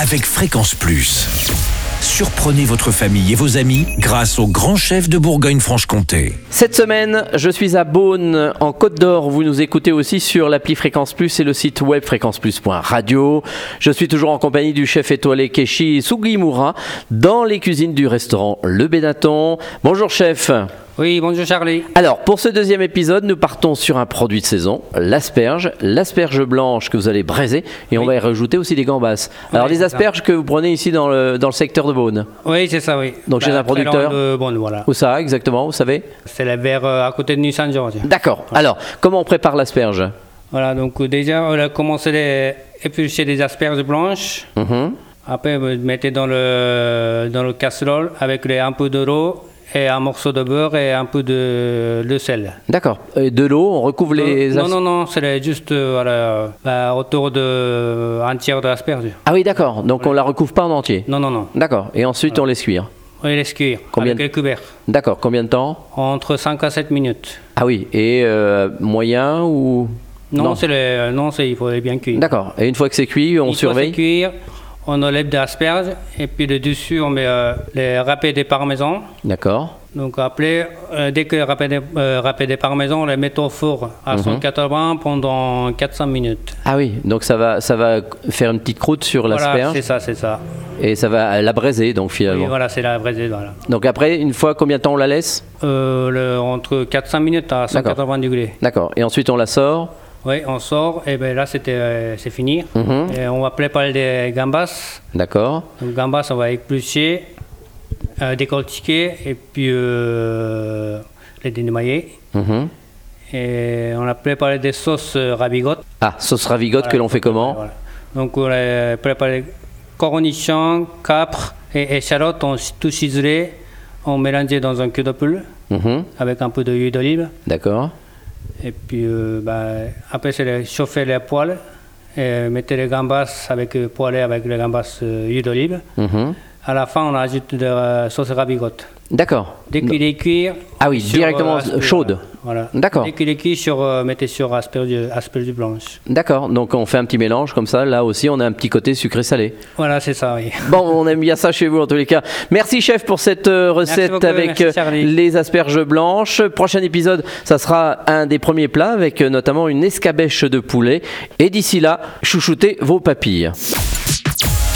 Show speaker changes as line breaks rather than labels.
avec Fréquence Plus. Surprenez votre famille et vos amis grâce au grand chef de Bourgogne-Franche-Comté.
Cette semaine, je suis à Beaune, en Côte d'Or. Vous nous écoutez aussi sur l'appli Fréquence Plus et le site web fréquenceplus.radio. Je suis toujours en compagnie du chef étoilé Keshi Sugimura dans les cuisines du restaurant Le Bénaton. Bonjour chef.
Oui, bonjour Charlie.
Alors, pour ce deuxième épisode, nous partons sur un produit de saison, l'asperge, l'asperge blanche que vous allez braiser et on
Oui.
va y rajouter aussi des gambasses. Alors,
Oui,
les
c'est ça.
asperges que vous prenez ici dans le, dans le secteur de Beaune.
Oui, c'est ça, oui. Bah,
Donc, chez un
très loin
producteur
de Bonn, voilà.
Où ça exactement, vous savez
C'est la vers euh, à côté de New Saint-Georges.
D'accord. Alors, comment on prépare l'asperge
Voilà, donc euh, déjà, on a commencé les éplucher les asperges blanches.
Mhm.
Après, vous les mettez dans le dans le casserole avec les- un peu de l'eau et un morceau de beurre et un peu de, de sel. Euh,
D'accord. Et de l'eau, on recouvre les
non,
as-
non, non, c'est les- juste euh, voilà, bah, autour de un tiers de l'asperge.
Ah oui, d'accord. Donc on la recouvre pas en entier.
Non, non, non.
D'accord. Et ensuite on laisse cuire.
On les laisse cuire
Combien
avec
de-
les couverts.
D'accord. Combien de temps
Entre 5 à 7 minutes.
Ah oui. Et euh, moyen ou
Non, c'est le, non, c'est il faut les bien cuire.
D'accord. Et une fois que c'est cuit, on
Il faut
surveille.
se cuire, on enlève des asperges et puis le dessus on met euh, les râpés des parmesans.
D'accord.
Donc après, euh, dès que les râpés des, euh, râpés des parmesans, on les met au four à
Mhm.
180 pendant 400 minutes.
Ah oui. Donc ça va, ça va faire une petite croûte sur
Voilà,
l'asperge
c'est ça, c'est ça.
et ça va la braiser donc
Et
finalement.
voilà, c'est la vraie voilà.
Donc après, une fois, combien de temps on la laisse
Euh, le- entre 400 minutes à 180 degrés.
D'accord. Et ensuite on la sort.
Oui, on sort et ben là c'était, euh, c'est fini.
Mhm.
Et on va préparer des gambas.
D'accord.
Donc gambas, on va éplucher, euh, décortiquer et puis euh, les dénoyer.
Mhm.
Et on a préparé des sauces euh, ravigotes.
Ah, sauce ravigote que l'on fait comment
Voilà. Donc on a préparé cornichons, capres et échalotes. On s- tout ciselé, on mélangeait dans un cul de poule
Mhm.
avec un peu d'huile d'olive.
D'accord.
Et puis euh, bah, après, c'est les- chauffer les poêles et mettre les gambas avec euh, poêlées avec les gambas euh, huile d'olive.
Mhm.
À la fin, on ajoute de la sauce ravigote.
D'accord.
Dès qu'il est cuit.
Ah oui,
sur,
directement
asperge,
chaude.
Voilà.
D'accord.
Dès qu'il est cuit, sur, euh, mettez sur asperge, asperge blanche.
D'accord, donc on fait un petit mélange comme ça. Là aussi, on a un petit côté sucré-salé.
Voilà, c'est ça, oui.
Bon, on aime bien ça chez vous en tous les cas. Merci chef pour cette euh, recette
beaucoup,
avec
merci,
euh,
Charlie.
les asperges blanches. Prochain épisode, ça sera un des premiers plats avec euh, notamment une escabèche de poulet. Et d'ici là, chouchoutez vos papilles.